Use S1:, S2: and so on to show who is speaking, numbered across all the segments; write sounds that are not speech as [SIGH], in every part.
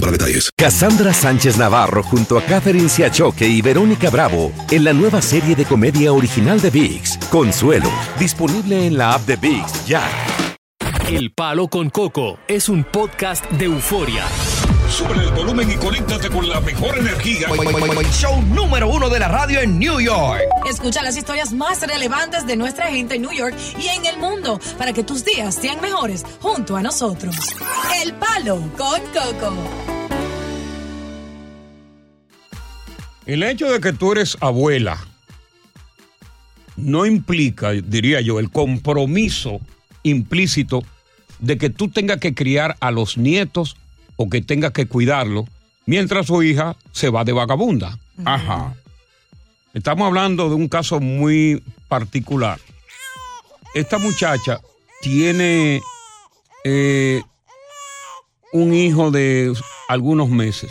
S1: para detalles.
S2: Cassandra Sánchez Navarro junto a Catherine Siachoque y Verónica Bravo en la nueva serie de comedia original de VIX, Consuelo, disponible en la app de VIX ya.
S3: El Palo con Coco es un podcast de euforia.
S4: Sube el volumen y conéctate con la mejor energía.
S5: Show número uno de la radio en New York.
S6: Escucha las historias más relevantes de nuestra gente en New York y en el mundo para que tus días sean mejores junto a nosotros. El Palo con Coco.
S4: El hecho de que tú eres abuela no implica, diría yo, el compromiso implícito de que tú tengas que criar a los nietos o que tengas que cuidarlos mientras su hija se va de vagabunda. Ajá. Estamos hablando de un caso muy particular. Esta muchacha tiene eh, un hijo de algunos meses,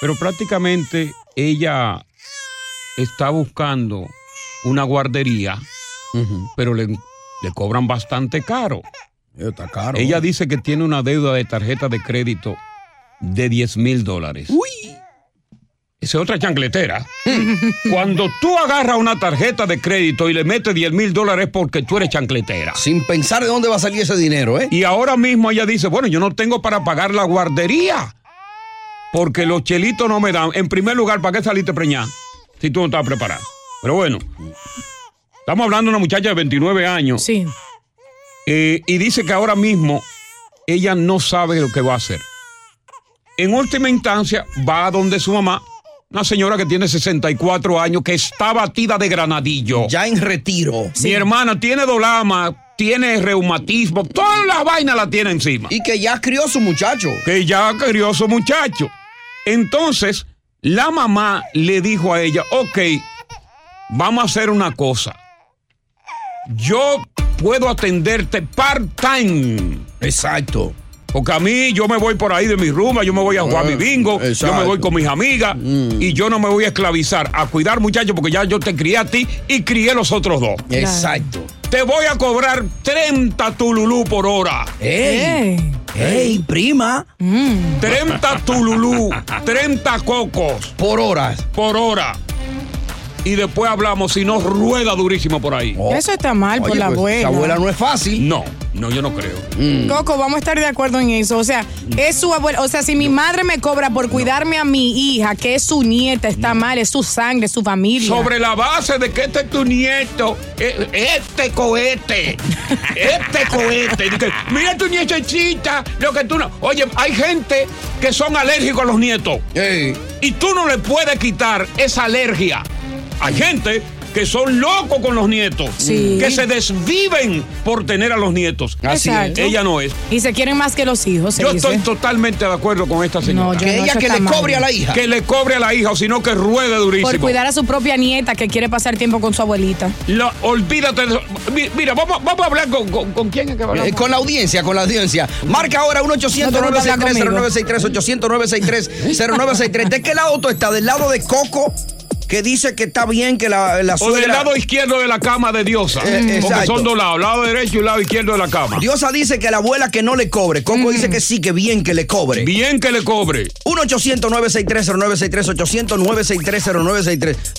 S4: pero prácticamente ella está buscando una guardería, pero le, le cobran bastante caro.
S7: Está caro.
S4: Ella dice que tiene una deuda de tarjeta de crédito de 10 mil dólares. ¡Uy! Esa es otra chancletera. Cuando tú agarras una tarjeta de crédito y le metes 10 mil dólares porque tú eres chancletera.
S7: Sin pensar de dónde va a salir ese dinero, ¿eh?
S4: Y ahora mismo ella dice, bueno, yo no tengo para pagar la guardería. Porque los chelitos no me dan. En primer lugar, ¿para qué saliste preñada? Si tú no estás preparada. Pero bueno, estamos hablando de una muchacha de 29 años.
S6: Sí.
S4: Eh, y dice que ahora mismo ella no sabe lo que va a hacer. En última instancia, va a donde su mamá, una señora que tiene 64 años, que está batida de granadillo.
S7: Ya en retiro.
S4: Mi hermana tiene dolama, tiene reumatismo, todas las vainas la tiene encima.
S7: Y que ya crió su muchacho.
S4: Que ya crió su muchacho. Entonces, la mamá le dijo a ella, ok, vamos a hacer una cosa. Yo puedo atenderte part-time.
S7: Exacto.
S4: Porque a mí yo me voy por ahí de mi rumba, yo me voy a jugar
S7: Eh,
S4: mi bingo, yo me
S7: exacto. Mm.
S4: voy con mis amigas y yo no me voy a esclavizar, a cuidar muchachos, porque ya yo te crié a ti y crié los otros dos.
S7: Exacto.
S4: Te voy a cobrar 30 tululú por hora.
S7: ¡Ey!
S6: Eh,
S7: ¡Ey, prima!
S4: 30 tululú, 30 cocos
S7: Por horas.
S4: por hora. Y después hablamos, si no, rueda durísimo por ahí.
S7: Oh.
S8: Eso está mal por
S7: Oye,
S8: la
S7: pues,
S8: abuela.
S7: La abuela no es fácil.
S4: No, no, yo no creo.
S8: Coco, vamos a estar de acuerdo en eso. O sea, es su abuela. O sea, si mi madre me cobra por cuidarme a mi hija, que es su nieta, está mal, es su sangre, es su familia.
S4: Sobre la base de que este es tu nieto, eh, este
S8: [LAUGHS]
S4: cohete, este cohete. Y que, Mira tu nietecita, lo que tú no. Oye, hay gente que son alérgicos a los nietos
S7: ¡Ey!
S4: y tú no le puedes quitar esa alergia. Hay gente que son locos con los nietos,
S8: Sí.
S4: que se desviven por tener a los nietos.
S7: Así es.
S8: Exacto.
S4: Ella no es.
S8: Y se quieren más que los hijos. se
S4: Yo
S8: dice.
S4: estoy totalmente de acuerdo con esta señora.
S8: yo-
S7: Que
S8: no,
S7: ella
S8: eso
S7: que
S8: está
S7: le
S8: mal.
S7: cobre a la hija.
S4: Que le cobre a la hija, o si no que ruede durísimo.
S8: Por cuidar a su propia nieta que quiere pasar tiempo con su abuelita.
S4: La- olvídate de eso. Mi- Mira, vamos, vamos a hablar con, con- con quién es que hablamos.
S7: Eh, con la audiencia, con la audiencia. Marca ahora 1 800 963 800 0963 ¿De qué lado tú estás? ¿Del lado de Coco? Que dice que está bien que la, la
S4: o
S7: suegra-
S4: del lado izquierdo de la cama de Diosa.
S7: Eh,
S4: porque
S7: exacto.
S4: son dos lados, lado derecho y lado izquierdo de la cama.
S7: Diosa dice que la abuela que no le cobre. Coco dice que sí, que bien que le cobre.
S4: Mm. Bien que le cobre.
S7: 1-800-963-0963,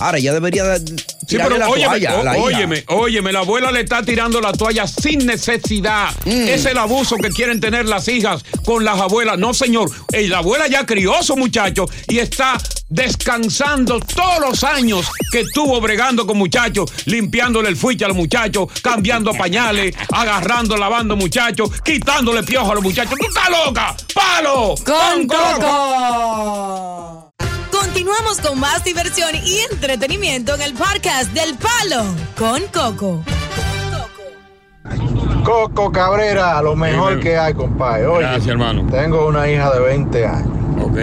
S7: 800-963-0963. Ahora ya debería de
S4: Sí,
S7: tirarle
S4: pero
S7: la
S4: óyeme,
S7: toalla a
S4: o-
S7: la hija.
S4: óyeme, óyeme, la abuela le está tirando la toalla sin necesidad.
S7: Mm.
S4: Es el abuso que quieren tener las hijas con las abuelas. No, señor, Eh, la abuela ya crió a su muchacho y está descansando todos los años que estuvo bregando con muchachos, limpiándole el fuiche a los muchachos, cambiando pañales, agarrando, lavando muchachos, quitándole piojo a los muchachos. ¡Tú estás loca! ¡Palo!
S8: ¡Con Coco!
S6: Continuamos con más diversión y entretenimiento en el podcast del Palo con Coco.
S9: Coco Cabrera, lo mejor
S4: Dime.
S9: que hay, compadre. Oye,
S4: hermano.
S9: tengo una hija de 20 años.
S4: Ok.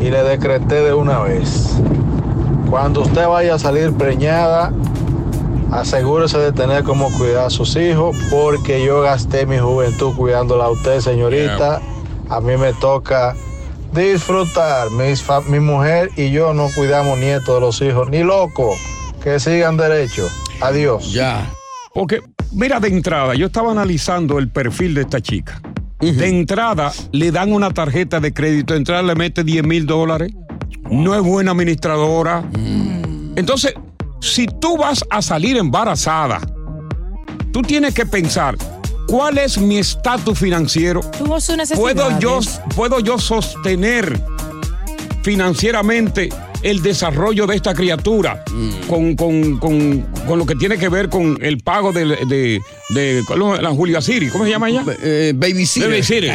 S9: y le decreté de una vez. Cuando usted vaya a salir preñada, asegúrese de tener cómo cuidar a sus hijos, porque yo gasté mi juventud cuidándola a usted, señorita. A mí me toca disfrutar. Mis fa- mi mujer y yo no cuidamos nietos de los hijos, ni loco. Que sigan derecho. Adiós.
S7: Ya.
S4: Porque, mira, de entrada, yo estaba analizando el perfil de esta chica. De entrada, le dan una tarjeta de crédito, de entrada le mete 10 mil dólares, no es buena administradora. Entonces, si tú vas a salir embarazada, tú tienes que pensar, ¿cuál es mi estatus financiero?
S8: Tuvo su necesidad.
S4: ¿Puedo yo, ¿Puedo yo sostener financieramente el desarrollo de esta criatura con, con- con- con lo que tiene que ver con el pago del- de, de- con lo- la Julia Siri? ¿Cómo se llama ella?
S7: Eh, baby sitter.
S4: Baby Siri.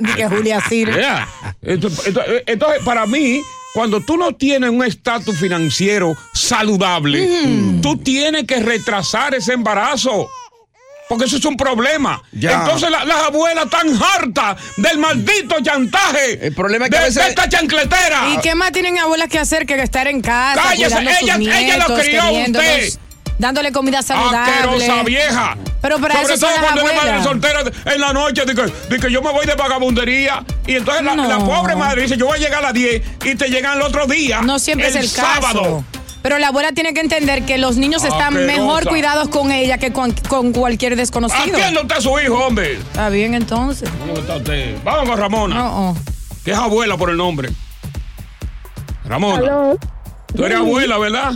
S8: Ni que Julia Sir.
S4: Yeah. Ento- ento- eh, Entonces, para mí, cuando tú no tienes un estatus financiero saludable,
S8: Mm.
S4: tú tienes que retrasar ese embarazo. Porque eso es un problema.
S7: Ya.
S4: Entonces la- las abuelas están hartas del maldito chantaje.
S7: El problema es que
S4: de,
S7: a veces-
S4: de esta chancletera.
S8: [LAUGHS] ¿Y qué más tienen abuelas que hacer que estar en casa?
S4: Cállese,
S8: cuidando a sus
S4: ella- ella lo
S8: nietos,
S4: crió
S8: teniéndolos,
S4: usted.
S8: Dándole comida saludable.
S4: Asquerosa vieja.
S8: Pero para
S4: Sobre
S8: eso son
S4: todo
S8: las
S4: cuando eres madre
S8: abuelas.
S4: soltera en la noche, de que, de que yo me voy de vagabundería. Y entonces la,
S8: No.
S4: la pobre madre dice, yo voy a llegar a las 10 y te llegan el otro día.
S8: No siempre
S4: el
S8: es el
S4: sábado.
S8: caso. Pero la abuela tiene que entender que los
S4: Ah,
S8: niños están
S4: Asquerosa.
S8: mejor cuidados con ella que con, con cualquier desconocido.
S4: Atienda usted a su hijo, hombre.
S8: Está bien, entonces.
S4: ¿Cómo está usted? Vamos con Ramona,
S8: No, oh.
S4: que es abuela por el nombre. Ramona, tú eres abuela, ¿verdad?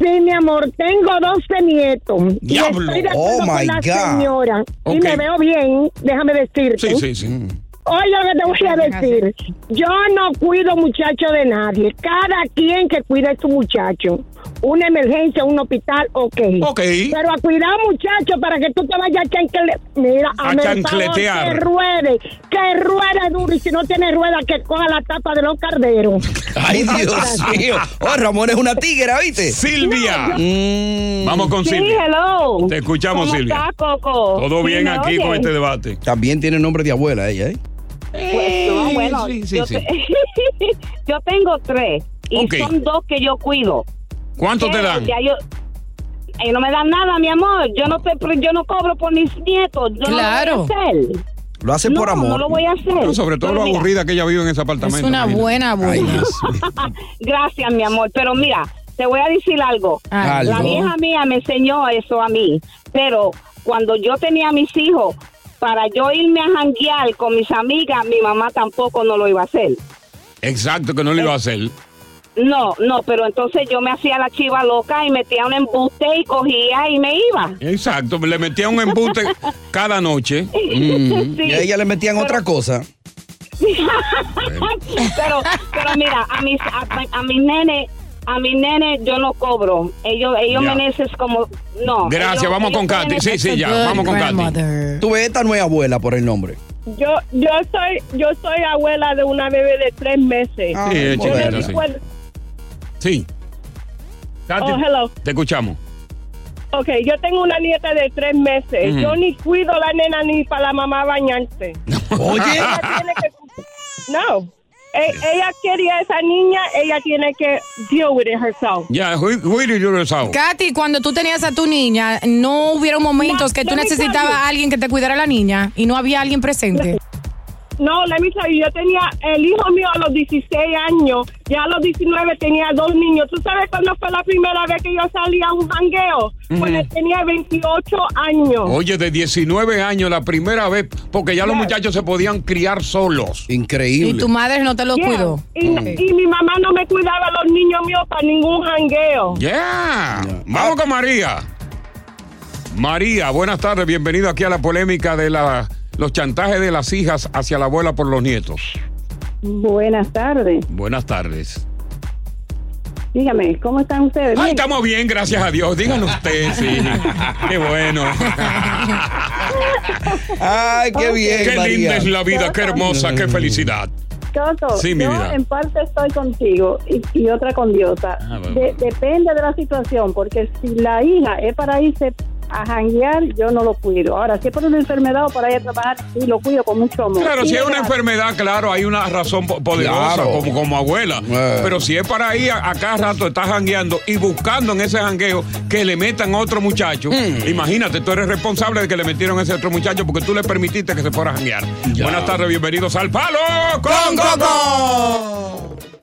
S10: Sí, mi amor, tengo 12 nietos. Y
S4: Diablo.
S10: estoy de
S7: Oh,
S10: acuerdo con
S7: my
S10: la
S7: God.
S10: señora.
S4: Ok.
S10: Y me veo bien, déjame decirte.
S4: Sí, sí, sí.
S10: Oye, lo que te voy a
S8: Venga,
S10: decir. Yo no cuido muchacho de nadie. Cada quien que cuida a su muchacho. Una emergencia, un hospital, ok.
S4: Ok.
S10: Pero a cuidar muchacho para que tú te vayas a chancle... Mira,
S4: A
S10: hazme el
S4: chancletear.
S10: favor, Que ruede, que ruede duro. Y si no tiene rueda, que coja la tapa de los carderos.
S7: Ay,
S10: [LAUGHS]
S7: Dios
S4: [LAUGHS]
S7: mío. Oh, Ramón es una tigra, ¿viste?
S4: Silvia.
S7: Mm,
S4: Vamos con
S10: Sí,
S4: Silvia.
S10: hello.
S4: Te escuchamos,
S10: ¿Cómo
S4: Silvia.
S10: estás, Coco?
S4: Todo
S10: ¿Sí
S4: bien
S10: me
S4: aquí con
S10: oyes?
S4: este debate.
S7: También tiene nombre de abuela ella, ¿eh?
S10: Pues, no,
S4: Sí,
S10: bueno,
S4: sí, sí,
S10: yo,
S4: sí.
S10: te- [LAUGHS] yo tengo tres y
S4: Ok.
S10: son dos que yo cuido.
S4: ¿Cuánto te
S10: Pero
S4: dan?
S10: ya yo- eh, no me dan nada, mi amor. Yo no te, yo no cobro por mis nietos. Yo
S8: Claro.
S10: No lo voy a hacer.
S7: Lo hace
S10: no,
S7: por amor.
S10: no lo voy a hacer.
S4: No, sobre todo
S10: Pero
S4: lo
S10: mira,
S4: aburrida que ella vive en ese apartamento.
S8: Es una
S4: imagínate.
S8: buena
S7: Ay,
S8: abuela. [LAUGHS]
S7: Dios mío.
S10: Gracias, mi amor. Pero mira, te voy a decir algo.
S8: Ay,
S7: Algo.
S10: La vieja mía me enseñó eso a mí, pero cuando yo tenía a mis hijos, para yo irme a janguear con mis amigas, mi mamá tampoco no lo iba a hacer.
S4: Exacto, que no le iba a hacer.
S10: No, no, pero entonces yo me hacía la chiva loca y metía un embuste y cogía y me iba.
S4: Exacto, le metía un embuste cada noche.
S10: [LAUGHS]
S4: Mm.
S10: Sí.
S7: Y a ella le metían otra cosa.
S10: [LAUGHS] pero, pero mira, a mis, a, a mis nenes, a mis nenes yo no cobro. Ellos, ellos me
S4: Ya.
S10: merecen como, no.
S4: Gracias,
S10: ellos-
S4: vamos
S10: ellos
S4: con
S10: me
S4: Katy. Sí,
S10: merecen-
S4: sí, ya,
S8: Good
S4: vamos con Katy.
S8: grandmother.
S7: Tú ves, esta no es abuela por el nombre.
S10: Yo, yo soy, yo soy abuela de una bebé de tres meses.
S7: Ah,
S4: Sí, es
S10: Yo le
S7: bueno.
S4: chiquita, sí.
S10: di cuenta-
S4: Sí. Katy,
S10: Oh, hello.
S4: te escuchamos.
S10: Ok, yo tengo una nieta de tres meses.
S4: Ujú.
S10: Yo ni cuido la nena ni para la mamá bañarse.
S7: Oye,
S10: Ella tiene que- no. E- ella quería a esa niña, ella tiene que deal with it herself.
S4: Ya, who, who did you resolve?
S8: Katy, cuando tú tenías a tu niña, ¿no hubieron momentos
S10: No,
S8: que tú
S10: let me
S8: necesitabas
S10: tell you.
S8: a alguien que te cuidara a la niña y no había alguien presente?
S10: No, let me tell you, yo tenía el hijo mío a los 16 años, ya a los 19 tenía dos niños. ¿Tú sabes cuándo fue la primera vez que yo salí a un jangueo? Cuando tenía 28 años.
S4: Oye, de 19 años, la primera vez, porque ya los
S10: Claro.
S4: muchachos se podían criar solos.
S8: Y
S7: increíble.
S8: tu madre no te lo
S10: Yeah.
S8: cuidó.
S10: Y, y mi mamá no me cuidaba a los niños míos para ningún jangueo.
S4: Ya. Vamos con María. María, buenas tardes, bienvenido aquí a la polémica de la, los chantajes de las hijas hacia la abuela por los nietos.
S10: Buenas tardes.
S4: Buenas tardes.
S10: Dígame, ¿cómo están ustedes?
S4: Ay, Ah, estamos bien, gracias a Dios. Díganlo ustedes, sí. Qué bueno.
S7: Ay, qué bien,
S4: qué
S7: María.
S4: linda es la vida, qué hermosa, qué felicidad.
S10: Toto,
S4: Sí, mi
S10: yo
S4: vida.
S10: en parte estoy contigo y, y otra con Diosa.
S4: Ah, bueno,
S10: De-
S4: bueno.
S10: depende de la situación, porque si la hija es para irse a janguear, yo no lo cuido. Ahora, si es por una enfermedad o para ir a trabajar, sí lo cuido con mucho amor.
S4: Claro,
S10: Y
S4: si es una
S10: gracias.
S4: enfermedad, claro, hay una razón po- poderosa
S7: Claro.
S4: como, como abuela.
S7: Eh.
S4: Pero si es para ir a, a cada rato, estás jangueando y buscando en ese jangueo que le metan a otro muchacho.
S7: Mm.
S4: Imagínate, tú eres responsable de que le metieron a ese otro muchacho porque tú le permitiste que se fuera a janguear. Buenas tardes, bienvenidos al Palo con Coco.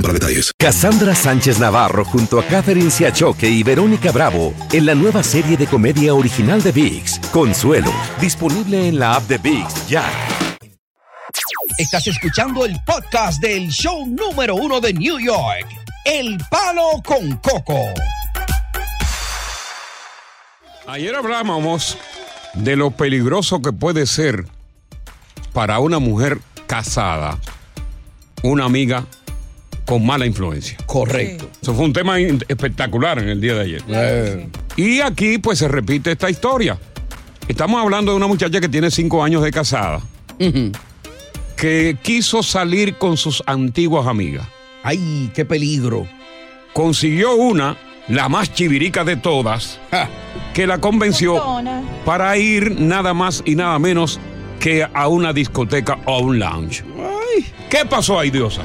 S1: para detalles.
S2: Cassandra Sánchez Navarro junto a Catherine Siachoque y Verónica Bravo en la nueva serie de comedia original de VIX, Consuelo, disponible en la app de VIX ya.
S5: Estás escuchando el podcast del show número uno de New York, El Palo con Coco.
S4: Ayer hablábamos de lo peligroso que puede ser para una mujer casada una amiga con mala influencia.
S7: Correcto.
S4: Eso fue un tema in- espectacular en el día de ayer. Y aquí pues se repite esta historia. Estamos hablando de una muchacha que tiene cinco años de casada, que quiso salir con sus antiguas amigas.
S7: ¡Ay, qué peligro!
S4: Consiguió una, la más chivirica de todas, que la convenció para ir nada más y nada menos que a una discoteca o a un lounge. ¿Qué pasó ahí, Diosa?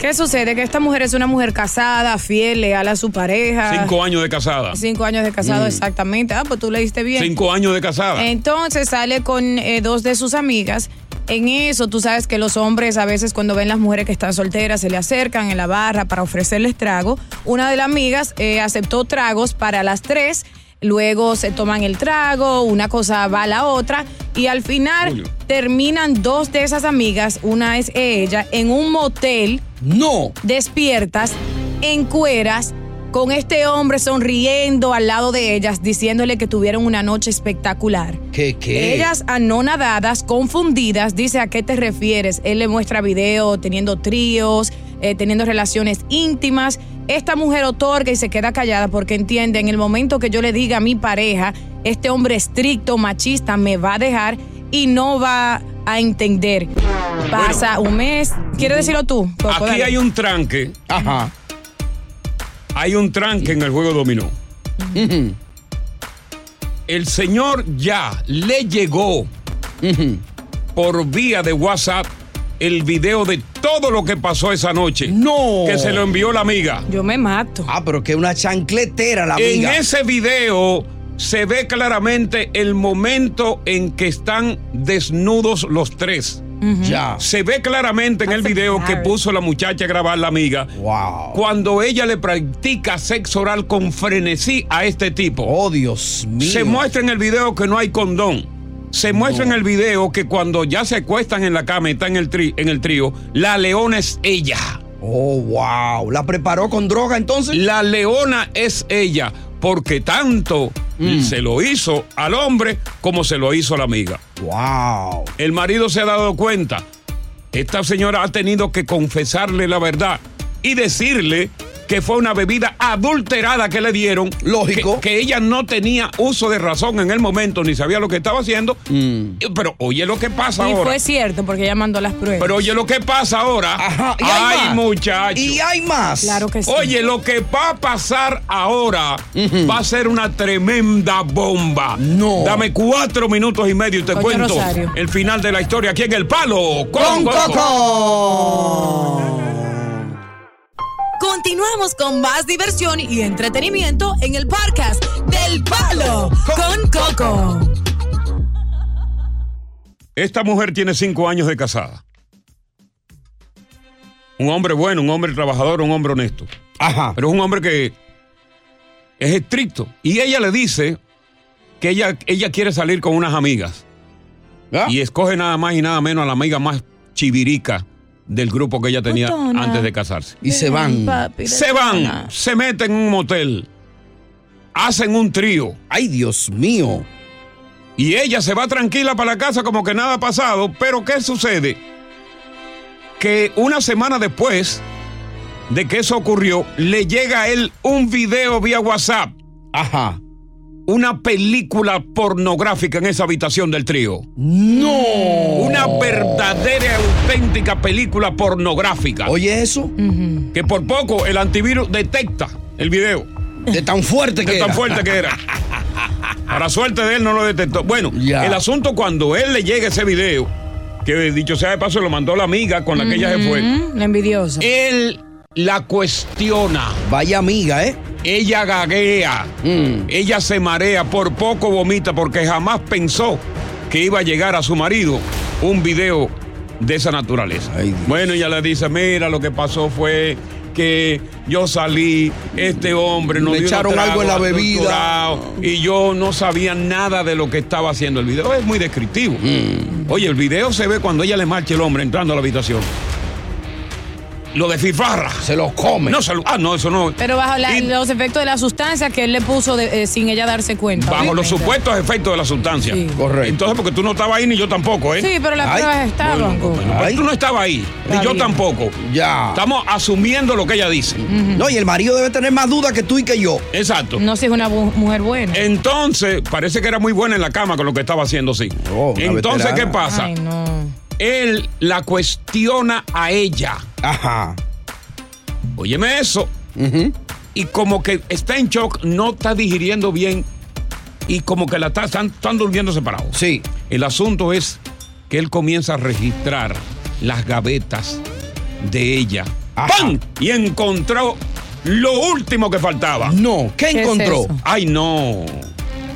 S8: ¿Qué sucede? Que esta mujer es una mujer casada, fiel, leal a su pareja.
S4: Cinco años de casada.
S8: Cinco años de casado, exactamente. Ah, pues tú leíste bien.
S4: Cinco años de casada.
S8: Entonces sale con eh, dos de sus amigas. En eso, tú sabes que los hombres a veces cuando ven las mujeres que están solteras se le acercan en la barra para ofrecerles trago. Una de las amigas eh, aceptó tragos para las tres. Luego se toman el trago, una cosa va a la otra y al final terminan dos de esas amigas, una es ella, en un motel.
S7: No.
S8: Despiertas, en cueras, con este hombre sonriendo al lado de ellas, diciéndole que tuvieron una noche espectacular.
S7: ¿Qué, qué?
S8: Ellas anonadadas, confundidas, dice a qué te refieres. Él le muestra video teniendo tríos, eh, teniendo relaciones íntimas. Esta mujer otorga y se queda callada porque entiende, en el momento que yo le diga a mi pareja, este hombre estricto, machista, me va a dejar y no va a entender. Pasa un mes. ¿Quieres decirlo tú? Coco?
S4: Aquí
S8: Dale.
S4: hay un tranque. Ajá. Hay un tranque en el juego dominó. El señor ya le llegó por vía de WhatsApp el video de todo lo que pasó esa noche. No. Que se lo envió la amiga.
S8: Yo me mato.
S7: Ah, pero que una chancletera la amiga.
S4: En ese video se ve claramente el momento en que están desnudos los tres.
S7: Ya.
S4: Se ve claramente en el video que puso la muchacha a grabar la amiga.
S7: Wow.
S4: Cuando ella le practica sexo oral con frenesí a este tipo.
S7: Oh, Dios mío.
S4: Se muestra en el video que no hay condón. Se muestra en el video que cuando ya se acuestan en la cama y está en el, tri- en el trío, la leona es ella.
S7: Oh, wow. ¿La preparó con droga entonces?
S4: La leona es ella, porque tanto
S7: Mm.
S4: se lo hizo al hombre como se lo hizo a la amiga.
S7: Wow.
S4: El marido se ha dado cuenta. Esta señora ha tenido que confesarle la verdad y decirle que fue una bebida adulterada que le dieron.
S7: Lógico.
S4: Que, que ella no tenía uso de razón en el momento, ni sabía lo que estaba haciendo.
S7: Mm.
S4: Eh, Pero oye lo que pasa
S8: Y
S4: ahora.
S8: fue cierto porque ella mandó las pruebas.
S4: Pero oye lo que pasa ahora.
S7: Ajá. ¿Y hay
S4: Ay,
S7: más?
S4: muchacho.
S7: Y hay más.
S8: claro que sí.
S4: Oye, lo que va a pasar ahora va a ser una tremenda bomba.
S7: No.
S4: Dame cuatro minutos y medio y te
S8: Coño
S4: cuento
S8: Rosario.
S4: el final de la historia aquí en El Palo
S7: Con Coco.
S6: Continuamos con más diversión y entretenimiento en el podcast del Palo con Coco.
S4: Esta mujer tiene cinco años de casada. Un hombre bueno, un hombre trabajador, un hombre honesto.
S7: Ajá.
S4: Pero es un hombre que es estricto. Y ella le dice que ella, ella quiere salir con unas amigas.
S7: ¿Ah?
S4: Y escoge nada más y nada menos a la amiga más chivirica del grupo que ella tenía
S8: Putona.
S4: antes de casarse.
S7: Y se van.
S4: Se van, se meten en un motel. hacen un trío.
S7: Ay, Dios mío.
S4: Y ella se va tranquila para la casa como que nada ha pasado, pero ¿qué sucede? Que una semana después de que eso ocurrió, le llega a él un video vía WhatsApp.
S7: Ajá.
S4: Una película pornográfica en esa habitación del trío.
S7: No.
S4: Una verdadera y auténtica película pornográfica.
S7: Oye, eso.
S4: Que por poco el antivirus detecta el video.
S7: De tan fuerte que
S4: De tan
S7: era.
S4: fuerte que era. Para suerte de él no lo detectó. Bueno,
S7: Ya.
S4: el asunto cuando él le llega ese video, que dicho sea de paso lo mandó la amiga con la que [LAUGHS] ella se fue,
S8: Mm, La envidiosa.
S4: él la cuestiona.
S7: Vaya amiga, ¿eh?
S4: Ella gaguea,
S7: Mm.
S4: ella se marea, por poco vomita porque jamás pensó que iba a llegar a su marido un video de esa naturaleza.
S7: Ay, Dios.
S4: bueno, ella le dice, mira, lo que pasó fue que yo salí, este hombre no
S7: Le echaron algo en la bebida.
S4: y yo no sabía nada de lo que estaba haciendo. El video es muy descriptivo.
S7: Mm.
S4: Oye, el video se ve cuando ella le marcha el hombre entrando a la habitación. Lo de fifarra.
S7: Se lo come.
S4: No, se lo- ah, no, eso no.
S8: Pero bajo la-
S4: Y-
S8: los efectos de la sustancia que él le puso de- eh, sin ella darse cuenta.
S4: Bajo los
S8: obviamente.
S4: supuestos efectos de la sustancia.
S8: Sí.
S7: Correcto.
S4: Entonces, porque tú no estabas ahí ni yo tampoco, ¿eh?
S8: Sí, pero las
S7: Ay,
S8: pruebas estaban. Coco.
S4: Porque
S7: Ay.
S4: tú no estabas ahí, ni yo
S8: bien.
S4: tampoco.
S7: Ya.
S4: Estamos asumiendo lo que ella dice.
S7: No, y el marido debe tener más dudas que tú y que yo.
S4: Exacto.
S8: No si es una bu- mujer buena.
S4: Entonces, parece que era muy buena en la cama con lo que estaba haciendo, sí.
S7: Oh, una
S4: Entonces,
S7: veterana.
S4: ¿qué pasa?
S8: Ay, no.
S4: Él la cuestiona a ella.
S7: Ajá.
S4: Óyeme eso.
S7: Ujú.
S4: Y como que está en shock, no está digiriendo bien. Y como que la está- están, están durmiendo separados.
S7: Sí.
S4: El asunto es que él comienza a registrar las gavetas de ella.
S7: Ajá.
S4: ¡Pam! Y encontró lo último que faltaba.
S7: No,
S8: ¿Qué
S7: ¿qué,
S8: es
S7: encontró?
S8: eso?
S4: ¡Ay, no!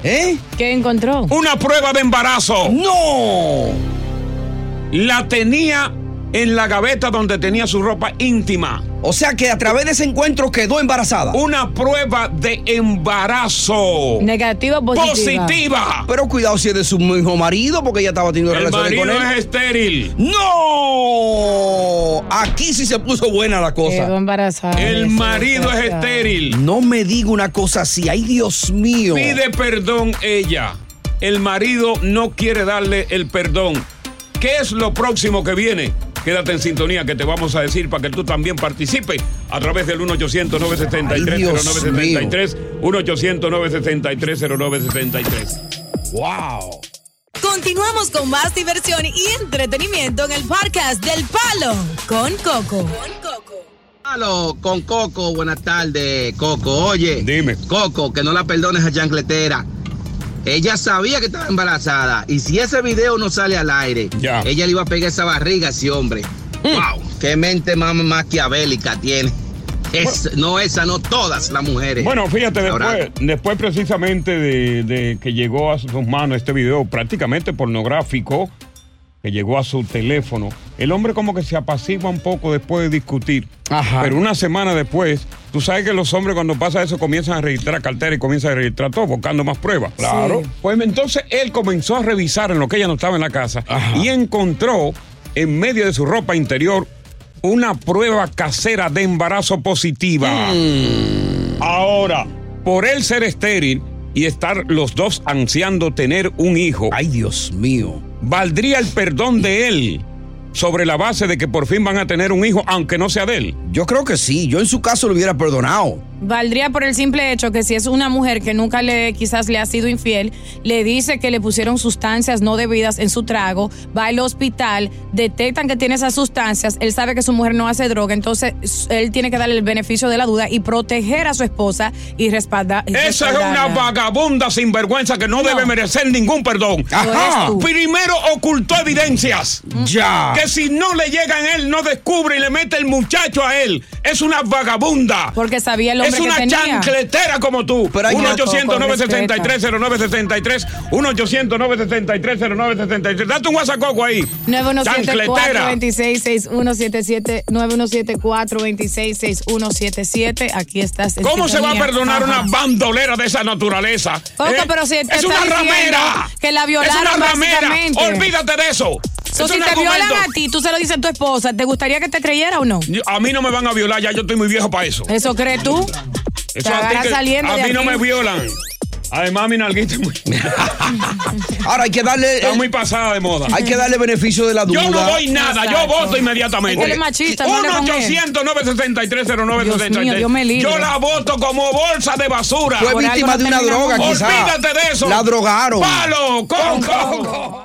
S7: ¿Eh?
S8: ¿Qué encontró?
S4: Una prueba de embarazo.
S7: ¡No!
S4: La tenía en la gaveta donde tenía su ropa íntima.
S7: O sea que a través de ese encuentro quedó embarazada.
S4: Una prueba de embarazo.
S8: Negativa o positiva.
S4: Positiva.
S7: Pero cuidado si es de su mismo marido, porque ella estaba teniendo
S4: El
S7: relaciones con
S4: marido
S7: él.
S4: es estéril.
S7: ¡No! Aquí sí se puso buena la
S8: Quedó
S7: cosa.
S8: embarazada.
S4: El
S8: Sí,
S4: marido es
S8: desgraciada.
S4: estéril.
S7: No me diga una cosa así. ¡Ay, Dios mío!
S4: Pide perdón ella. El marido no quiere darle el perdón. ¿Qué es lo próximo que viene? Quédate en sintonía que te vamos a decir para que tú también participes a través del 1-800-973-0973.
S7: Ay, Dios mío.
S4: 1-800-973-0973.
S7: ¡Wow!
S6: Continuamos con más diversión y entretenimiento en el podcast del Palo con Coco.
S11: Aló, con Coco, buenas tardes, Coco. Oye,
S4: Dime.
S11: Coco, que no la perdones a Chancletera. Ella sabía que estaba embarazada y si ese video no sale al aire,
S4: Ya. Mm.
S11: ella le iba a pegar esa barriga a ese hombre. ¡Wow! ¡Qué mente más maquiavélica tiene! Es, No esa, no todas las mujeres.
S4: Bueno, fíjate,
S11: Ahora,
S4: después, después precisamente de, de que llegó a sus manos este video prácticamente pornográfico, que llegó a su teléfono, el hombre como que se apacigua un poco después de discutir.
S7: Ajá.
S4: Pero una semana después, tú sabes que los hombres cuando pasa eso comienzan a registrar cartera y comienzan a registrar todo, buscando más pruebas. Claro. Pues entonces él comenzó a revisar en lo que ella no estaba en la casa
S7: Ajá.
S4: y encontró en medio de su ropa interior una prueba casera de embarazo positiva.
S7: Mm.
S4: Ahora, por él ser estéril y estar los dos ansiando tener un hijo,
S7: ¡Ay, Dios mío!
S4: valdría el perdón de él sobre la base de que por fin van a tener un hijo, aunque no sea de él.
S7: Yo creo que sí. Yo en su caso lo hubiera perdonado.
S8: Valdría por el simple hecho que si es una mujer que nunca le quizás le ha sido infiel, le dice que le pusieron sustancias no debidas en su trago, va al hospital, detectan que tiene esas sustancias, él sabe que su mujer no hace droga, entonces s- él tiene que darle el beneficio de la duda y proteger a su esposa y respaldar.
S4: Esa es una vagabunda sinvergüenza que no, debe merecer ningún perdón.
S7: ¡Ajá!
S8: tú. Mm.
S4: Primero ocultó evidencias.
S7: ¡Ya!
S4: Que si no le llegan a él, no descubre y le mete el muchacho a él. Es una vagabunda.
S8: Porque sabía el hombre
S4: Es
S8: que
S4: una
S8: tenía.
S4: chancletera como tú.
S7: Pero hay que-
S4: 1 800 973 0973 1 800 973 0973 Date un WhatsApp Coco ahí.
S8: 9174-266177, 9174-266177, aquí estás. en
S4: ¿Cómo se va a
S8: sintonía.
S4: perdonar
S8: Ajá.
S4: una bandolera de esa naturaleza?
S8: Coco,
S4: ¿Eh?
S8: pero si te
S4: es
S8: está
S4: una
S8: diciendo
S4: ramera.
S8: que la violaron,
S4: Es una ramera.
S8: básicamente.
S4: Olvídate de eso.
S8: So,
S4: Es
S8: si
S4: un
S8: te violan
S4: argumento.
S8: a ti, tú se lo dices a tu esposa, ¿te gustaría que te creyera o no?
S4: Yo- A mí no me van a violar, ya yo estoy muy viejo para eso.
S8: ¿Eso crees tú?
S4: Eso
S8: La
S4: a, ti
S8: agarra
S4: que-
S8: saliendo
S4: a
S8: de
S4: mí no
S8: aquí.
S4: me violan. Además, mi nalguita es muy-
S7: [LAUGHS] Ahora hay que darle. eh,
S4: Está muy pasada de moda.
S7: Hay que darle beneficio de la duda.
S4: Yo no doy nada, yo
S7: Exacto.
S4: voto inmediatamente.
S7: Es que él es machista, no hable con él.
S4: 1-800-963-0963.
S7: Dios mío, Dios me libre.
S4: Yo la voto como bolsa de basura.
S7: Fue Por víctima algo no de una terminamos. droga, quizá.
S4: Olvídate de eso.
S7: La drogaron.
S4: Palo, con coco.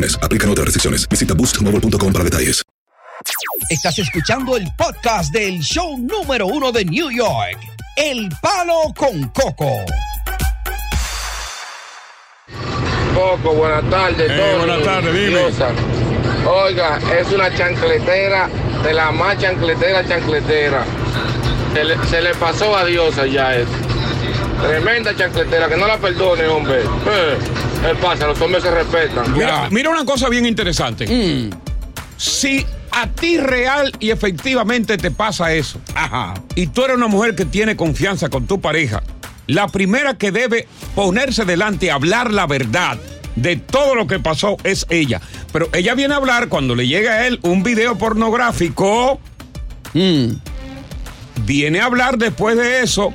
S1: mes. Aplican otras restricciones. Visita boostmobile.com para detalles.
S5: Estás escuchando el podcast del show número uno de New York, El Palo con Coco.
S12: Coco, buenas tardes.
S4: Eh, buenas tardes, dime.
S12: Oiga, es una chancletera de la más chancletera, chancletera. Se le, se le pasó a Diosa ya eso. Tremenda chancletera, que no la perdone, hombre. Eh, ¿Qué pasa? Los hombres se respetan.
S4: Mira, mira una cosa bien interesante. Si a ti real y efectivamente te pasa eso, y tú eres una mujer que tiene confianza con tu pareja, la primera que debe ponerse delante y hablar la verdad de todo lo que pasó es ella. Pero ella viene a hablar cuando le llega a él un video pornográfico. Viene a hablar después de eso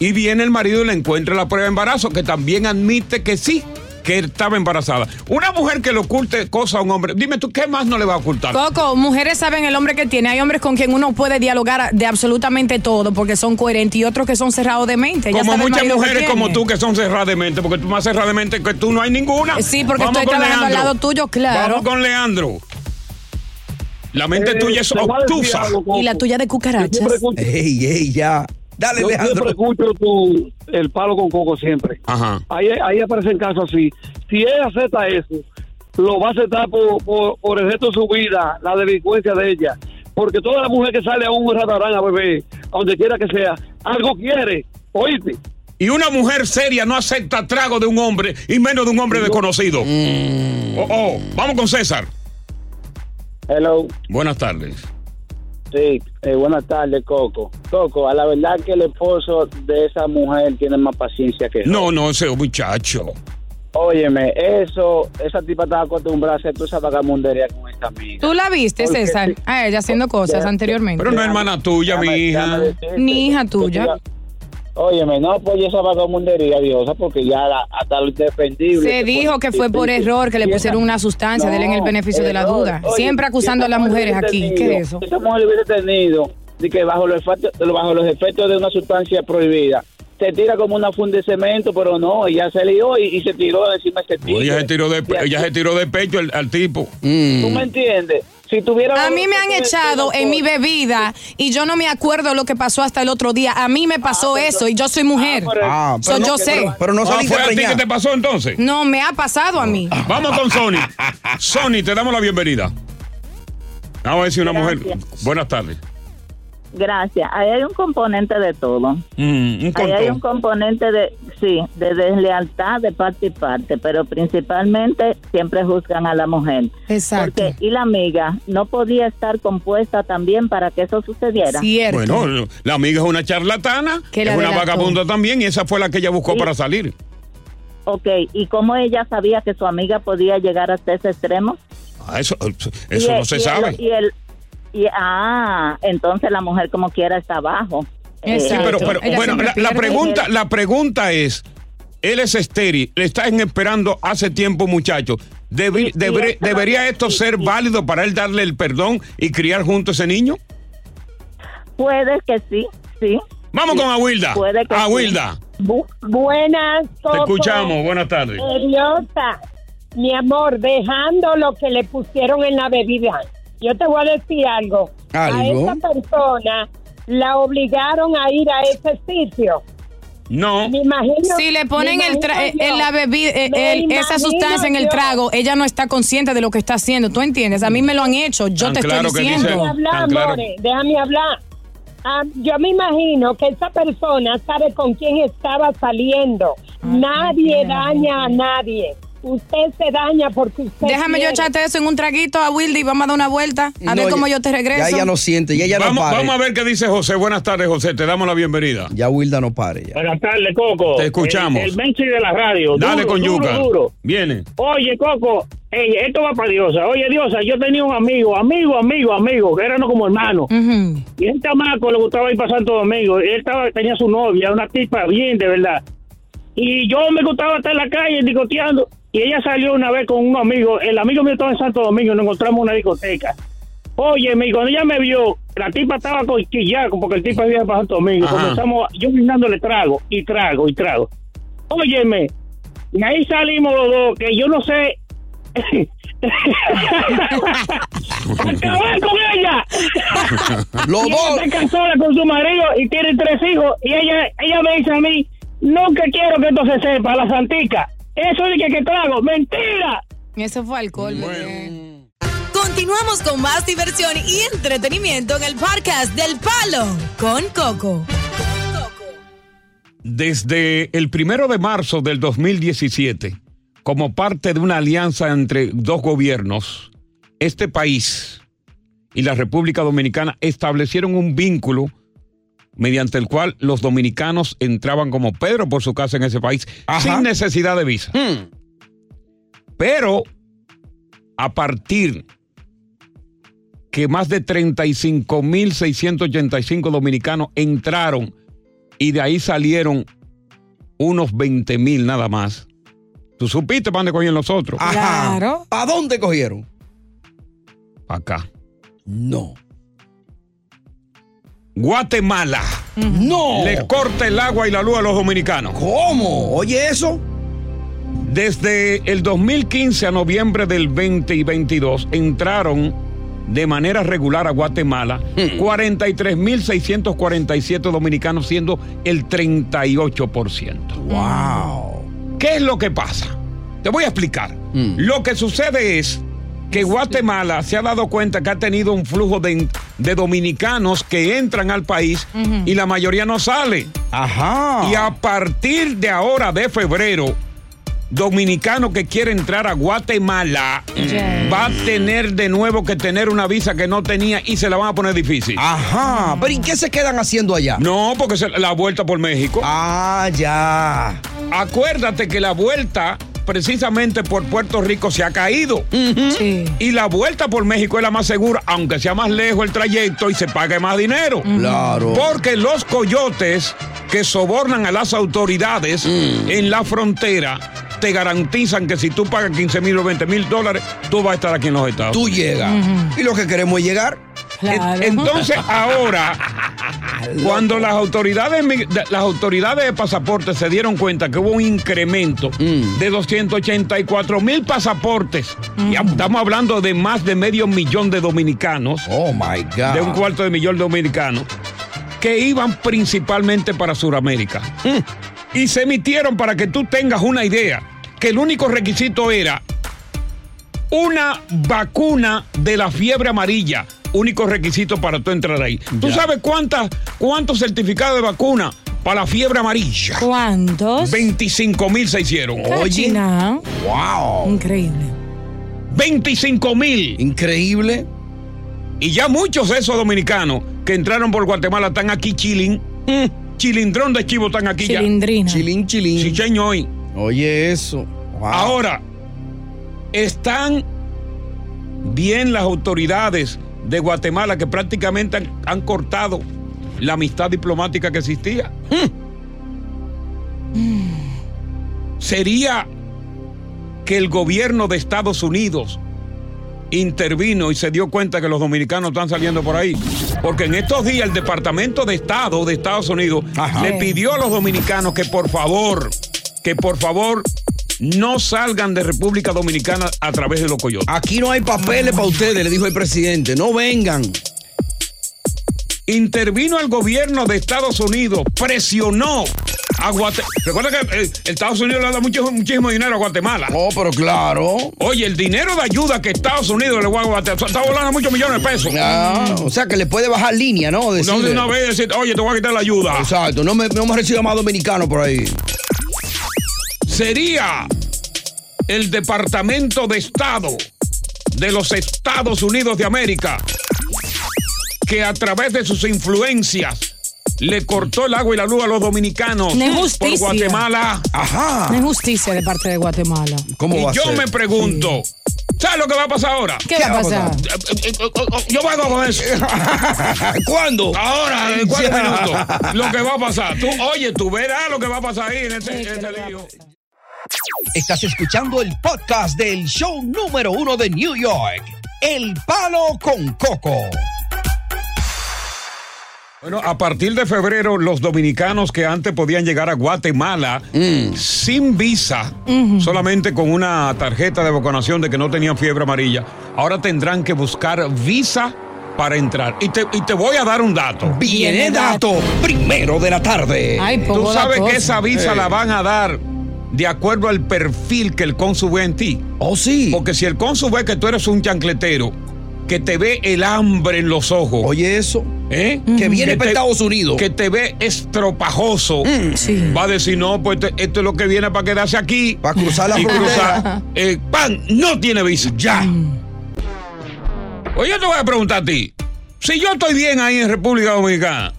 S4: y viene el marido y le encuentra la prueba de embarazo, que también admite que sí, que estaba embarazada. Una mujer que le oculte cosas a un hombre, dime tú, ¿qué más no le va a ocultar?
S8: Coco, mujeres saben el hombre que tiene. Hay hombres con quien uno puede dialogar de absolutamente todo porque son coherentes y otros que son cerrados de mente. Ya
S4: como
S8: sabe el
S4: muchas
S8: marido que
S4: mujeres
S8: tiene.
S4: como tú que son cerradas de mente, porque tú más cerradas de mente que tú no hay ninguna.
S8: Sí, porque
S4: Vamos
S8: estoy
S4: con
S8: trabajando al
S4: Leandro.
S8: lado tuyo, claro.
S4: Vamos con Leandro. La mente
S8: Eh,
S4: tuya es
S8: te voy a decir
S4: obtusa.
S8: algo, Coco. Y la tuya de cucarachas.
S7: Ey, ey, ya. Dale,
S13: Yo siempre
S7: Alejandro.
S13: escucho tu- el palo con coco siempre.
S4: Ajá.
S13: Ahí, ahí aparecen casos así. Si él acepta eso, lo va a aceptar por, por, por el resto de su vida, la delincuencia de ella. Porque toda la mujer que sale a un restaurante a beber, a donde quiera que sea, algo quiere, oíste.
S4: Y una mujer seria no acepta trago de un hombre y menos de un hombre desconocido. Oh, oh. Vamos con César.
S14: Hello.
S4: Buenas tardes.
S14: Sí, eh, buenas tardes, Coco. Coco, a la verdad que el esposo de esa mujer tiene más paciencia que yo.
S4: No, no, ese muchacho.
S14: Óyeme, eso, esa tipa estaba acostumbrada a hacer toda esa vagamundería con esta amiga.
S8: Tú la viste,
S14: Porque
S8: César,
S14: sí.
S8: a ella haciendo cosas
S14: Ya,
S8: anteriormente.
S4: Pero no es hermana tuya, mi hija.
S8: Ni hija tuya.
S14: Óyeme, no apoye esa vagamundería, Diosa, porque ya la- hasta lo indefendible.
S8: Se dijo que fue por error que le pusieron una sustancia, denle el beneficio de la
S14: error.
S8: duda.
S14: eh, Oye,
S8: Siempre acusando a las mujeres aquí. ¿Qué es eso?
S14: Si esa mujer hubiese tenido de que bajo los, efectos, bajo los efectos de una sustancia prohibida, se tira como una funda de cemento, pero no, ella se lió y, y se tiró encima de ese tipo.
S4: Ella se tiró de, pe- ella se tiró de pecho al, al tipo.
S14: ¿Tú me entiendes? Si tuviera...
S8: A mí me han echado en mi bebida y yo no me acuerdo lo que pasó hasta el otro día. A mí
S10: Ah,
S8: me pasó
S10: pues
S8: eso y yo soy mujer.
S7: Ah,
S8: So, yo sé.
S4: Ah, ¿Fue a ti que te pasó entonces?
S8: No, me ha pasado a mí.
S4: Vamos con [LAUGHS] Sony. Sony, te damos la bienvenida. Vamos a decir una mujer. Buenas tardes.
S15: Gracias. Ahí hay un componente de todo.
S4: Mm, un
S15: Ahí hay
S4: contón.
S15: un componente de, sí, de deslealtad de parte y parte, pero principalmente siempre juzgan a la mujer.
S8: Exacto.
S15: Porque, y la amiga no podía estar compuesta también para que eso sucediera.
S4: Bueno, la amiga es una charlatana,
S15: Que
S4: es
S15: la
S4: una
S15: delató.
S4: vagabunda también, y esa fue la que ella buscó para salir.
S15: Ok, ¿y cómo ella sabía que su amiga podía llegar hasta ese extremo?
S4: Ah, eso eso
S15: Y
S4: no
S15: el-
S4: se
S15: y el-
S4: sabe.
S15: y el- y- ah, entonces la mujer como quiera está abajo.
S4: Sí,
S15: Eh,
S4: pero, pero,
S15: ella
S4: bueno,
S15: siempre
S4: la, la
S15: pierde.
S4: pregunta, la pregunta es, él es estéril, le están esperando hace tiempo, muchacho. Debi- debre-
S15: esta-
S4: ¿Debería esto ser válido para él darle el perdón y criar junto a ese niño?
S15: Puede que sí, sí.
S4: Vamos
S15: Sí,
S4: con Awilda.
S15: puede que sí.
S4: Awilda,
S10: Bu- buenas,
S4: te
S10: Coco.
S4: escuchamos. Buenas tardes.
S15: Eh,
S10: Seriota. Mi amor, dejando lo que le pusieron en la bebida. Yo te voy a decir algo. A
S4: ¿Algo?
S10: esa persona la obligaron a ir a ese sitio.
S4: No.
S10: Me imagino.
S8: Si le ponen
S10: me
S8: el tra-
S10: imagino
S8: en
S10: yo.
S8: la bebida, eh,
S10: Me
S8: el- esa
S10: imagino
S8: sustancia en el
S10: yo.
S8: trago, ella no está consciente de lo que está haciendo. ¿Tú entiendes? A mí me lo han hecho. Yo
S10: Tan
S8: te
S10: claro que
S8: estoy diciendo.
S10: Déjame hablar, amores, déjame hablar. Ah, yo me imagino que esa persona sabe con quién estaba saliendo.
S8: Ah,
S10: nadie daña a nadie. Usted se daña porque usted.
S8: Déjame yo
S10: quiere.
S8: echarte eso en un traguito a Wildy y vamos a dar una vuelta a
S4: No,
S8: ver cómo
S4: ya-
S8: yo te regreso.
S7: siente, ya ella no
S4: vamos,
S7: pare.
S4: vamos a ver qué dice José. Buenas tardes, José. Te damos la bienvenida.
S7: Ya Wilda no pare. Ya.
S16: Buenas tardes, Coco.
S4: Te escuchamos.
S16: El, el Benchi de la radio.
S4: Dale
S16: Duro,
S4: con
S16: duro,
S4: yuca.
S16: duro.
S4: Viene.
S16: Oye, Coco, ey, esto va para Diosa. Oye, Diosa, yo tenía un amigo, amigo, amigo, amigo, que éramos como hermanos. Y el chamaco le gustaba ir para Santo Domingo. Él estaba, tenía su novia, una tipa bien, de verdad. Y yo me gustaba estar en la calle discoteando. Y ella salió una vez con un amigo. El amigo mío estaba en Santo Domingo. Nos encontramos en una discoteca. Oye, mi, cuando ella me vio, la tipa estaba coquillada porque el tipo había para Santo Domingo.
S17: Ajá.
S16: Comenzamos, yo brindándole trago y trago y trago. Óyeme, y ahí salimos los dos, que yo no sé. [LAUGHS] ¡Acabar con ella!
S7: [LAUGHS]
S4: [LAUGHS]
S7: Los
S16: Y ella
S7: dos.
S16: Está casada con su marido y tiene tres hijos. Y ella, ella me dice a mí: Nunca quiero que esto se sepa, la santica. Eso es que, que trago. ¡Mentira!
S8: Eso fue alcohol. bebé.
S6: Continuamos con más diversión y entretenimiento en el podcast del Palo con Coco.
S4: Desde el primero de marzo del 2017, como parte de una alianza entre dos gobiernos, este país y la República Dominicana establecieron un vínculo mediante el cual los dominicanos entraban como Pedro por su casa en ese país sin necesidad de visa. Pero a partir que más de 35.685 dominicanos entraron y de ahí salieron unos 20.000 nada más. ¿Tú supiste para dónde cogían los otros?
S7: Claro. ¿Para dónde cogieron?
S4: Acá.
S7: No.
S4: Guatemala.
S7: No.
S4: Les corta el agua y la luz a los dominicanos.
S7: ¿Cómo? Oye eso.
S4: Desde el 2015 a noviembre del 20 y 22 entraron de manera regular a Guatemala
S7: Hmm.
S4: 43.647 dominicanos siendo el 38%. ¡Wow! ¿Qué es lo que pasa? Te voy a explicar. Lo que sucede es que Guatemala se ha dado cuenta que ha tenido un flujo de, de dominicanos que entran al país
S18: Ujú.
S4: y la mayoría no sale. Ajá. Y a partir de ahora, de febrero, dominicano que quiere entrar a Guatemala va a tener de nuevo que tener una visa que no tenía y se la van a poner difícil.
S7: Ajá. ¿Pero y qué se quedan Ah, haciendo allá?
S4: No, porque se- la vuelta por México.
S7: Ah, ya.
S4: Acuérdate que la vuelta precisamente por Puerto Rico se ha caído. Y la vuelta por México es la más segura, aunque sea más lejos el trayecto y se pague más dinero.
S7: Claro.
S4: Porque los coyotes que sobornan a las autoridades
S7: Mm.
S4: en la frontera te garantizan que si tú pagas 15 mil o 20 mil dólares, tú vas a estar aquí en los Estados
S7: Tú llegas. Y lo que queremos es llegar.
S4: En- Entonces [LAUGHS] ahora, cuando las autoridades, mi- de- las autoridades de pasaporte se dieron cuenta que hubo un incremento de 284 mil pasaportes, ya estamos hablando de más de medio millón de dominicanos,
S7: oh my God.
S4: de un cuarto de millón de dominicanos, que iban principalmente para Sudamérica.
S7: Mm.
S4: Y se emitieron para que tú tengas una idea, que el único requisito era una vacuna de la fiebre amarilla. único requisito para tú entrar ahí. ¿Tú sabes cuántas, cuántos certificados de vacuna para la fiebre amarilla?
S6: ¿Cuántos?
S4: 25 mil se hicieron.
S6: Cachina.
S4: ¡Wow!
S6: Increíble.
S4: 25 mil.
S7: Increíble.
S4: Y ya muchos de esos dominicanos que entraron por Guatemala están aquí chilling. Mm, Chilindrón de chivo están aquí
S6: Chilindrina.
S4: ya. Chilín, chilín. hoy.
S7: Oye, eso.
S4: Ahora, están bien las autoridades de Guatemala que prácticamente han, han cortado la amistad diplomática que existía. Mm. Sería que el gobierno de Estados Unidos intervino y se dio cuenta que los dominicanos están saliendo por ahí. Porque en estos días el Departamento de Estado de Estados Unidos le pidió a los dominicanos que por favor, que por favor no salgan de República Dominicana a través de los coyotes.
S7: Aquí no hay papeles para ustedes, le dijo el presidente. No vengan.
S4: Intervino el gobierno de Estados Unidos, presionó a Guatemala. Recuerda que eh, Estados Unidos le da mucho, muchísimo dinero a Guatemala.
S7: Oh, pero claro.
S4: Oye, el dinero de ayuda que Estados Unidos le va a Guatemala está volando muchos millones de pesos.
S7: Ah, o sea que le puede bajar línea, ¿no?
S4: No de
S7: Decirle.
S4: una vez decir, oye, te voy a quitar la ayuda.
S7: Exacto, no me, no me reciba más dominicanos por ahí.
S4: sería el Departamento de Estado de los Estados Unidos de América que a través de sus influencias le cortó el agua y la luz a los dominicanos
S6: Una
S4: por
S6: injusticia.
S4: Guatemala.
S6: Una injusticia de parte de Guatemala.
S4: y yo me pregunto, ¿sabes lo que va a pasar ahora? Eh,
S6: ¿Qué va a pasar?
S4: Yo vengo con eso.
S7: ¿Cuándo?
S4: Ahora, en cuatro
S19: Ya.
S4: minutos. Lo que va a pasar. Tú, oye, tú verás lo que va a pasar ahí en este- ese, en ese lío.
S5: Estás escuchando el podcast del show número uno de New York, El Palo con Coco.
S4: Bueno, a partir de febrero, los dominicanos que antes podían llegar a Guatemala
S7: Mm.
S4: sin visa, solamente con una tarjeta de vacunación de que no tenían fiebre amarilla, ahora tendrán que buscar visa para entrar. Y te, y te voy a dar un dato.
S7: Viene dato, primero de la tarde. Ay,
S4: Tú
S7: poco
S4: sabes
S7: datoso.
S4: que esa visa
S7: Eh.
S4: la van a dar de acuerdo al perfil que el cónsul ve en ti.
S7: Oh, sí.
S4: Porque si el cónsul ve que tú eres un chancletero, que te ve el hambre en los ojos.
S7: Oye, eso.
S4: ¿Eh?
S7: Que viene para
S4: te-
S7: Estados Unidos. Mm.
S4: Que te ve estropajoso. Va a decir, no, pues te- esto es lo que viene para quedarse aquí. Para
S7: cruzar la
S4: y
S7: frontera.
S4: cruzar. Eh, pan, no tiene visa. Ya. Oye, yo te voy a preguntar a ti. Si yo estoy bien ahí en República Dominicana,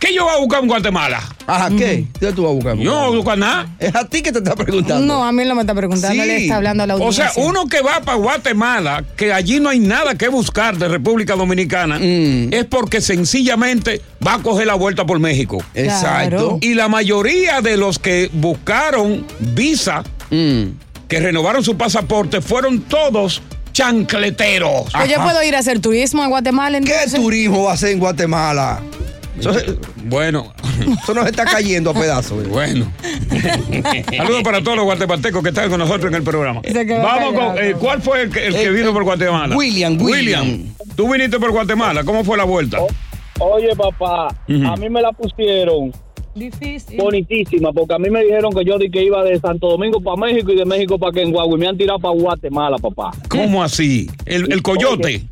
S4: ¿qué yo voy a buscar en Guatemala?
S7: Ajá, ¿qué? ¿Qué tú vas a buscar?
S4: Yo no voy a buscar nada.
S7: Es a ti que te está preguntando.
S8: No, a mí no me está preguntando,
S4: Sí.
S8: le está hablando a la
S4: O
S8: audiencia.
S4: sea, uno que va para Guatemala, que allí no hay nada que buscar de República Dominicana, es porque sencillamente va a coger la vuelta por México.
S7: Exacto. Claro.
S4: Y la mayoría de los que buscaron visa, que renovaron su pasaporte, fueron todos chancleteros.
S8: Pues yo puedo ir a hacer turismo a Guatemala entonces.
S7: ¿Qué turismo va a hacer en [LAUGHS] Guatemala? Eso, se-
S4: Bueno,
S7: eso nos está cayendo a pedazos.
S4: Bueno.
S7: [LAUGHS]
S4: Saludos para todos los guatemaltecos que están con nosotros en el programa.
S7: Se quedó
S4: Vamos
S7: callado.
S4: con. eh, ¿Cuál fue el que, el que vino por Guatemala?
S7: William, William.
S4: Tú viniste por Guatemala. ¿Cómo fue la vuelta?
S17: Oye, papá,
S4: Ujú.
S17: a mí me la pusieron
S6: Difícil.
S17: bonitísima porque a mí me dijeron que yo di que iba de Santo Domingo para México y de México para Kenguagua y me han tirado para Guatemala, papá.
S4: ¿Cómo así? El, el coyote.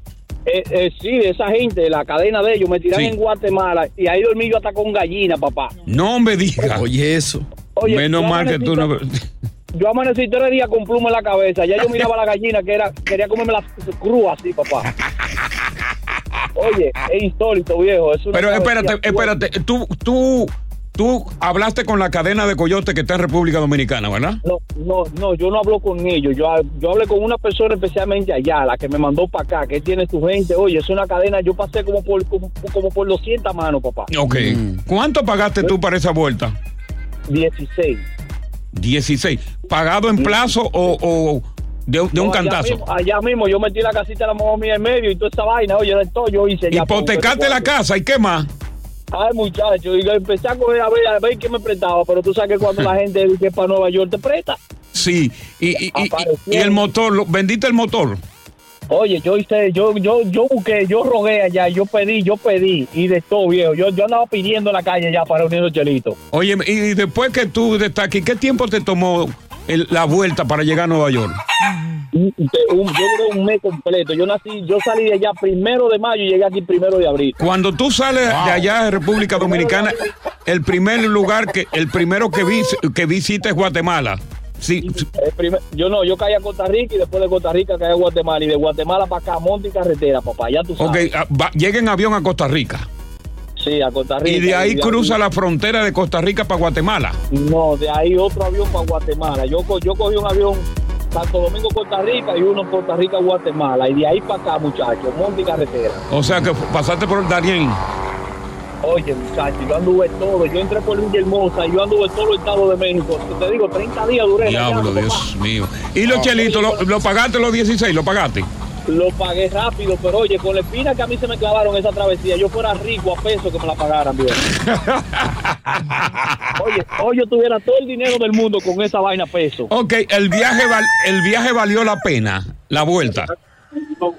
S17: Eh, eh, sí, esa gente, la cadena de ellos, me tiraron
S4: Sí.
S17: en Guatemala y ahí dormí yo hasta con gallina, papá.
S4: No me digas. Oye, eso.
S17: Oye,
S4: Menos
S17: yo
S4: mal que tú no.
S17: Yo amanecí tres días con pluma en la cabeza. Ya yo miraba la gallina que era, quería comerme la crúa así, papá. Oye, es insólito, viejo. es una
S4: [LAUGHS] Pero
S17: travesía.
S4: espérate, espérate. Tú, tú, tú hablaste con la cadena de coyote que está en República Dominicana, ¿verdad?
S17: No, no, no, yo no hablo con ellos. Yo, yo hablé con una persona especialmente allá, la que me mandó para acá, que tiene su gente. Oye, es una cadena, yo pasé como por, como, como por 200 manos, papá.
S4: Ok. ¿Cuánto pagaste tú para esa vuelta?
S17: 16.
S4: 16. ¿Pagado en plazo o, o de, de un
S17: No, allá
S4: cantazo?
S17: mismo- allá mismo, yo metí la casita de la mamá mía en medio y toda esa vaina, oye, de todo yo hice. ya para un
S4: Hipotecaste la
S17: cuarto.
S4: casa y qué más.
S17: Ay, muchacho, y yo empecé a coger a ver, a ver qué me prestaba, pero tú sabes que cuando la gente dice que es para Nueva York te presta.
S4: Sí, y, y- y- y el motor, lo- vendiste el motor.
S17: Oye, yo hice, yo, yo, yo busqué, yo rogué allá, yo pedí, yo pedí, y de todo, viejo. Yo, yo andaba pidiendo en la calle ya para unir los chelitos.
S4: Oye, y después que tú de estar aquí, ¿qué tiempo te tomó el- la vuelta para llegar a Nueva York?
S17: Un- un- yo duré un mes completo. Yo nací, yo salí de allá primero de mayo y llegué aquí primero de abril.
S4: Cuando tú sales de allá de República Dominicana, el primer lugar que, el primero que, vis- que visita es Guatemala. Sí, sí.
S17: El primer- yo no, yo caí a Costa Rica y después de Costa Rica caí a Guatemala y de Guatemala para acá, monte y carretera, papá. Ya tú sabes.
S4: ok, ah, va- llega en avión a Costa Rica.
S17: Sí, a Costa Rica.
S4: Y de ahí cruza
S17: aquí-
S4: la frontera de Costa Rica para Guatemala.
S17: No, de ahí otro avión para Guatemala. Yo, co- yo cogí un avión Santo Domingo, Costa Rica y uno Costa Rica, Guatemala. Y de ahí para acá, muchachos, monte y carretera.
S4: O sea que fu- pasaste por el Darién.
S17: Oye, muchachos, yo anduve todo. Yo entré por Villa Hermosa, yo anduve todo el Estado de México. Te digo, 30 días duré.
S4: Diablo,
S17: rayando,
S4: Dios mío. Y los
S17: Ah.
S4: chelitos, lo, lo pagaste los 16, lo pagaste.
S17: Lo pagué rápido, pero oye, con la espina que a mí se me clavaron esa travesía, yo fuera rico a peso que me la pagaran,
S4: [LAUGHS]
S17: viejo. oye, hoy yo tuviera todo el dinero del mundo con esa vaina a peso.
S4: Ok, el viaje, val- el viaje valió la pena, la vuelta.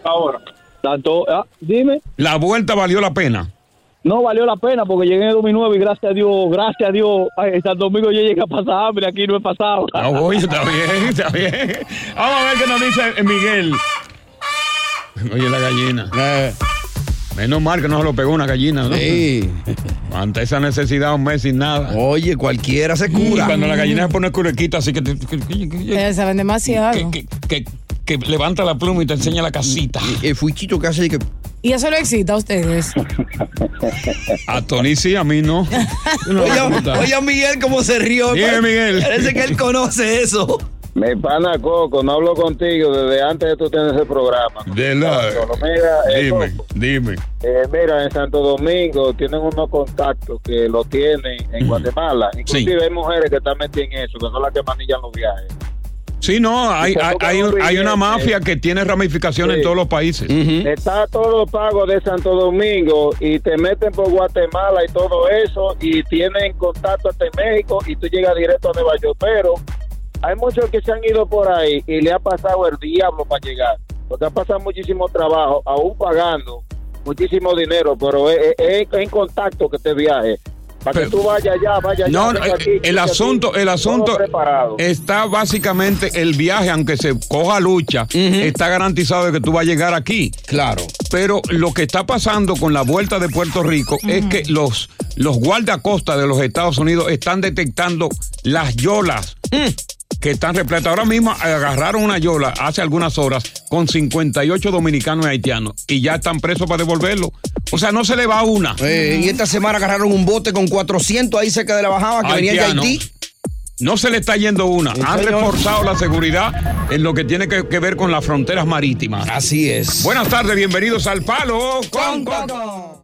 S17: Ahora. Tanto, ah, dime.
S4: La vuelta valió la [LAUGHS] pena.
S17: No valió la pena porque llegué en el 2009 y gracias a Dios, gracias a Dios, ay, en Santo Domingo yo llegué a pasar hambre, aquí no he pasado.
S4: Ah, oye, está bien, está bien. Vamos a ver qué nos dice Miguel. Eh. Oye, la gallina. Menos mal que no se lo pegó una gallina, ¿no?
S7: Sí.
S4: [LAUGHS] Ante esa necesidad, un mes sin nada.
S7: Oye, cualquiera se
S4: cura. cuando la gallina se pone curequita, así que,
S7: [LAUGHS]
S4: te- que- que- que-
S8: Eh, saben demasiado.
S4: que- que levanta la pluma y te enseña la casita.
S7: El fuichito que hace que.
S8: Y eso lo excita a ustedes.
S4: A Tony sí, a mí [LAUGHS] no.
S7: Oye, oye a Miguel cómo se rió.
S4: Dime, Miguel.
S7: Parece que él conoce eso.
S3: Mi pana Coco, no hablo contigo desde antes de tú tener ese programa.
S4: De la-
S3: Solo, mira, eh,
S4: Dime, dime.
S3: eh, mira, en Santo Domingo tienen unos contactos que lo tienen en Guatemala. Inclusive hay mujeres que están metidas en eso, que son las que manillan los viajes.
S4: Sí, no, hay, hay, hay- hay una mafia que tiene ramificaciones en todos los países.
S3: Está todo los pagos de Santo Domingo y te meten por Guatemala y todo eso y tienen contacto hasta en México y tú llegas directo a Nueva York. Pero hay muchos que se han ido por ahí y le ha pasado el diablo para llegar. Porque ha pasado muchísimo trabajo, aún pagando muchísimo dinero, pero es, es- es en contacto que te viaje. Para que tú vayas allá, vayas
S4: No,
S3: allá.
S4: no, eh,
S3: venga aquí,
S4: el
S3: venga aquí,
S4: asunto, el
S3: todo
S4: asunto
S3: preparado.
S4: está básicamente el viaje, aunque se coja lucha, está garantizado de que tú vas a llegar aquí. Claro. Pero lo que está pasando con la vuelta de Puerto Rico es que los, los guardacostas de los Estados Unidos están detectando las yolas. Que están repletas. Ahora mismo agarraron una yola hace algunas horas con 58 dominicanos y haitianos y ya están presos para devolverlo. O sea, no se le va una.
S7: Eh, y esta semana agarraron un bote con 400 ahí cerca de la bajada que venía de
S4: Haitiano.
S7: Haití.
S4: No se le está yendo una. Han
S7: señor.
S4: reforzado la seguridad en lo que tiene que, que ver con las fronteras marítimas. Así es. Buenas tardes, bienvenidos al Palo con Coco.